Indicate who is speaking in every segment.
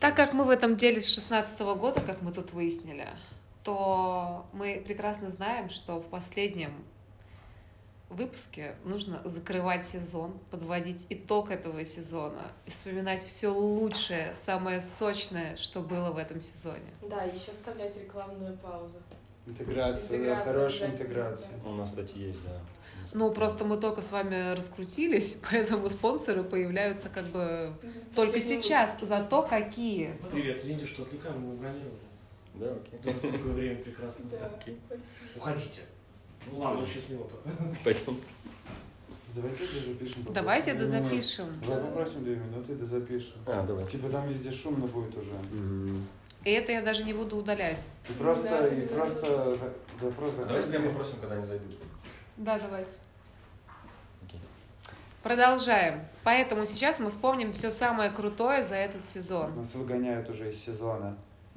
Speaker 1: Так как мы в этом деле с 16 года, как мы тут выяснили, то мы прекрасно знаем, что в последнем выпуске нужно закрывать сезон, подводить итог этого сезона и вспоминать все лучшее, самое сочное, что было в этом сезоне.
Speaker 2: Да, еще вставлять рекламную паузу.
Speaker 3: Интеграция,
Speaker 2: Интеграция,
Speaker 3: да, хорошая
Speaker 2: да,
Speaker 3: интеграция.
Speaker 2: да.
Speaker 4: У нас, кстати, есть, да.
Speaker 1: Ну, просто мы только с вами раскрутились, поэтому спонсоры появляются как бы только
Speaker 2: Последний
Speaker 1: сейчас. Зато какие?
Speaker 5: Привет, извините, что отвлекаем, мы бронировали.
Speaker 4: Да, окей.
Speaker 5: Тоже в такое время прекрасно.
Speaker 2: Да.
Speaker 4: Окей.
Speaker 2: выпуск.
Speaker 5: Уходите. Ну ладно, сейчас минута.
Speaker 4: Пойдем.
Speaker 3: Давайте дозапишем. вопрос.
Speaker 1: Давайте
Speaker 3: Ну,
Speaker 1: дозапишем.
Speaker 3: Давай попросим две минуты и дозапишем.
Speaker 4: А, давай.
Speaker 3: Типа там везде шумно будет уже.
Speaker 4: М,
Speaker 1: И это я даже не буду удалять.
Speaker 3: И просто,
Speaker 2: Да.
Speaker 3: и просто за- запрос
Speaker 6: Давайте
Speaker 3: закрыли.
Speaker 6: прямо попросим, когда они зайдут.
Speaker 1: Да, давайте.
Speaker 4: Окей.
Speaker 1: Продолжаем. Поэтому сейчас мы вспомним все самое крутое за этот сезон.
Speaker 3: Нас выгоняют уже из сезона.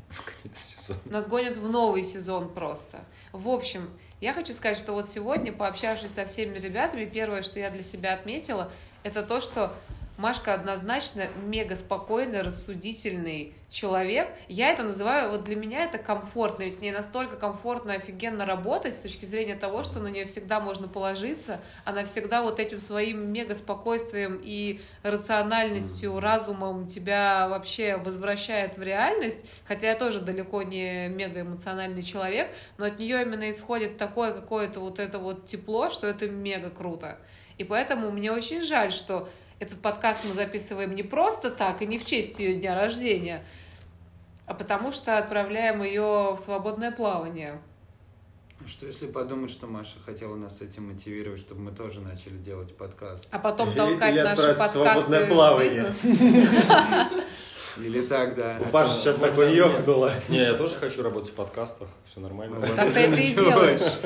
Speaker 4: Конец сезона.
Speaker 1: Нас гонят в новый сезон просто. В общем, я хочу сказать, что вот сегодня, пообщавшись со всеми ребятами, первое, что я для себя отметила, это то, что Машка однозначно мега спокойный, рассудительный человек. Я это называю, вот для меня это комфортно, ведь с ней настолько комфортно, офигенно работать с точки зрения того, что на нее всегда можно положиться. Она всегда вот этим своим мега спокойствием и рациональностью, разумом тебя вообще возвращает в реальность. Хотя я тоже далеко не мега эмоциональный человек, но от нее именно исходит такое какое-то вот это вот тепло, что это мега круто. И поэтому мне очень жаль, что этот подкаст мы записываем не просто так и не в честь ее дня рождения, а потому что отправляем ее в свободное плавание.
Speaker 7: Что если подумать, что Маша хотела нас этим мотивировать, чтобы мы тоже начали делать подкаст?
Speaker 1: А потом
Speaker 6: Или-
Speaker 1: толкать
Speaker 6: или
Speaker 1: наши
Speaker 6: отправить в
Speaker 1: подкасты
Speaker 6: свободное
Speaker 1: в
Speaker 6: плавание.
Speaker 1: бизнес.
Speaker 7: Или так, да.
Speaker 6: Паша сейчас такой ёкнула.
Speaker 4: Не, я тоже хочу работать в подкастах. Все нормально.
Speaker 1: Так ты это и делаешь.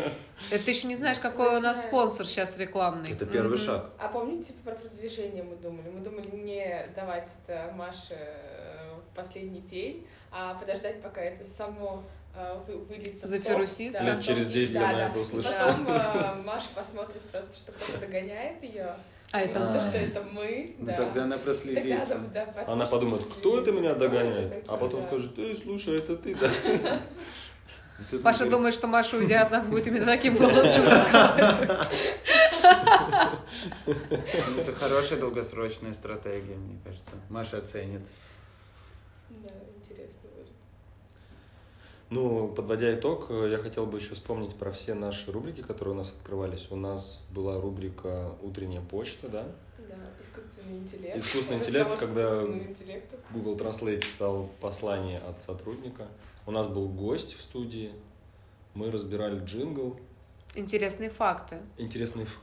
Speaker 1: Это ты еще не знаешь, какой у нас
Speaker 2: Начинаем.
Speaker 1: спонсор сейчас рекламный.
Speaker 4: Это первый
Speaker 1: Мгм.
Speaker 4: шаг.
Speaker 2: А помните про продвижение мы думали? Мы думали не давать это Маше э, в последний день, а подождать, пока это само э, вы- выльется. в топ.
Speaker 1: Зафирусится.
Speaker 2: Да,
Speaker 4: Лет
Speaker 2: в
Speaker 4: через
Speaker 2: топ.
Speaker 4: 10
Speaker 2: Да,
Speaker 4: она
Speaker 2: да.
Speaker 4: это
Speaker 2: И
Speaker 4: услышит.
Speaker 2: Потом э, Маша посмотрит просто, что кто-то догоняет ее.
Speaker 1: А это
Speaker 7: А.
Speaker 2: что это мы.
Speaker 7: Ну
Speaker 2: да.
Speaker 7: тогда она
Speaker 2: Тогда
Speaker 7: проследится.
Speaker 2: да, да, послушайте,
Speaker 4: Она подумает, кто это меня
Speaker 2: следите.
Speaker 4: догоняет?
Speaker 2: Да,
Speaker 4: А потом
Speaker 2: да.
Speaker 4: скажет, эй, слушай, это ты, да?
Speaker 7: Ну, Тут
Speaker 1: Паша
Speaker 7: мы-
Speaker 1: думает, что Маша, уйдя от нас, будет именно таким голосом разговаривать.
Speaker 7: Ну, Это хорошая долгосрочная стратегия, мне кажется. Маша оценит.
Speaker 2: Да, интересно будет.
Speaker 4: Ну, подводя итог, э, я хотел бы еще вспомнить про все наши рубрики, которые у нас открывались. У нас была рубрика «Утренняя почта», да?
Speaker 2: Да, искусственный интеллект.
Speaker 4: Искусственный интеллект,
Speaker 2: Разговор с
Speaker 4: когда-
Speaker 2: искусственным интеллектом.
Speaker 4: Google Translate читал послание от сотрудника. У нас был гость в студии. Мы разбирали джингл.
Speaker 1: Интересные факты.
Speaker 4: Интересные, ф-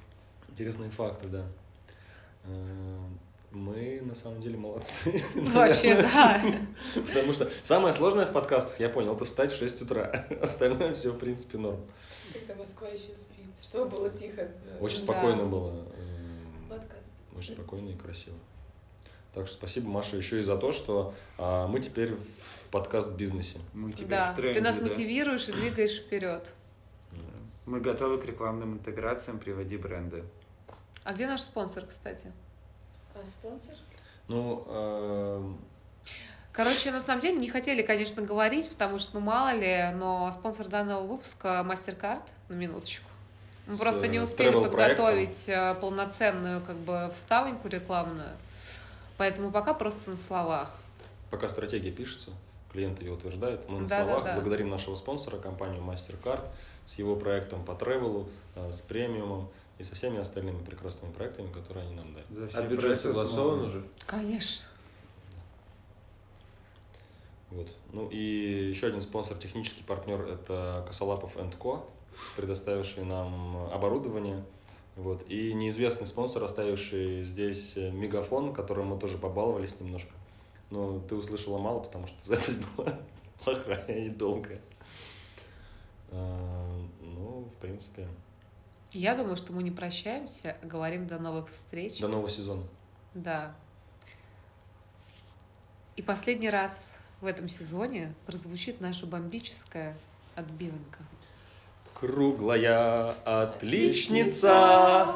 Speaker 4: интересные факты, да. Э, Мы на самом деле молодцы.
Speaker 1: Вообще, да.
Speaker 4: Потому что самое сложное в подкастах, я понял, это встать в 6 утра. Остальное все, в принципе, норм.
Speaker 2: Когда Москва еще спит. Чтобы было тихо.
Speaker 4: Очень
Speaker 1: Да.
Speaker 4: спокойно было. Эм,
Speaker 2: Подкаст.
Speaker 4: Очень спокойно и красиво. Так что спасибо, Маша, еще и за то, что а, мы теперь в подкаст-бизнесе.
Speaker 7: Мы теперь
Speaker 1: Да.
Speaker 7: в тренде,
Speaker 1: Ты нас
Speaker 7: да.
Speaker 1: мотивируешь и двигаешь вперед.
Speaker 7: Мы готовы к рекламным интеграциям, приводи бренды.
Speaker 1: А где наш спонсор, кстати?
Speaker 2: А спонсор?
Speaker 4: Ну, эм,
Speaker 1: Короче, на самом деле не хотели, конечно, говорить, потому что, ну, мало ли, но спонсор данного выпуска MasterCard, на минуточку. Мы
Speaker 4: С,
Speaker 1: просто не
Speaker 4: э,
Speaker 1: успели
Speaker 4: travel-проектом.
Speaker 1: подготовить э, полноценную как бы вставоньку рекламную, поэтому пока просто на словах.
Speaker 4: пока стратегия пишется, клиент ее утверждает. Мы на
Speaker 1: Да, да,
Speaker 4: словах
Speaker 1: да.
Speaker 4: благодарим нашего спонсора, компанию MasterCard, с его проектом по тревелу, э, с премиумом и со всеми остальными прекрасными проектами, которые они нам дали.
Speaker 7: За все
Speaker 6: А бюджет
Speaker 7: проекты
Speaker 6: согласован
Speaker 7: самого.
Speaker 6: уже?
Speaker 1: Конечно.
Speaker 4: Вот. Ну и еще один спонсор, технический партнер, это Косолапов Ко, предоставивший нам оборудование. Вот. И неизвестный спонсор, оставивший здесь э, мегафон, которым мы тоже побаловались немножко. Но ты услышала мало, потому что запись была плохая и долгая. А, Ну, в принципе,
Speaker 1: Я думаю, что мы не прощаемся, а говорим до новых встреч.
Speaker 4: до нового сезона.
Speaker 1: Да. И последний раз в этом сезоне прозвучит наша бомбическая отбивонька.
Speaker 4: Круглая отличница!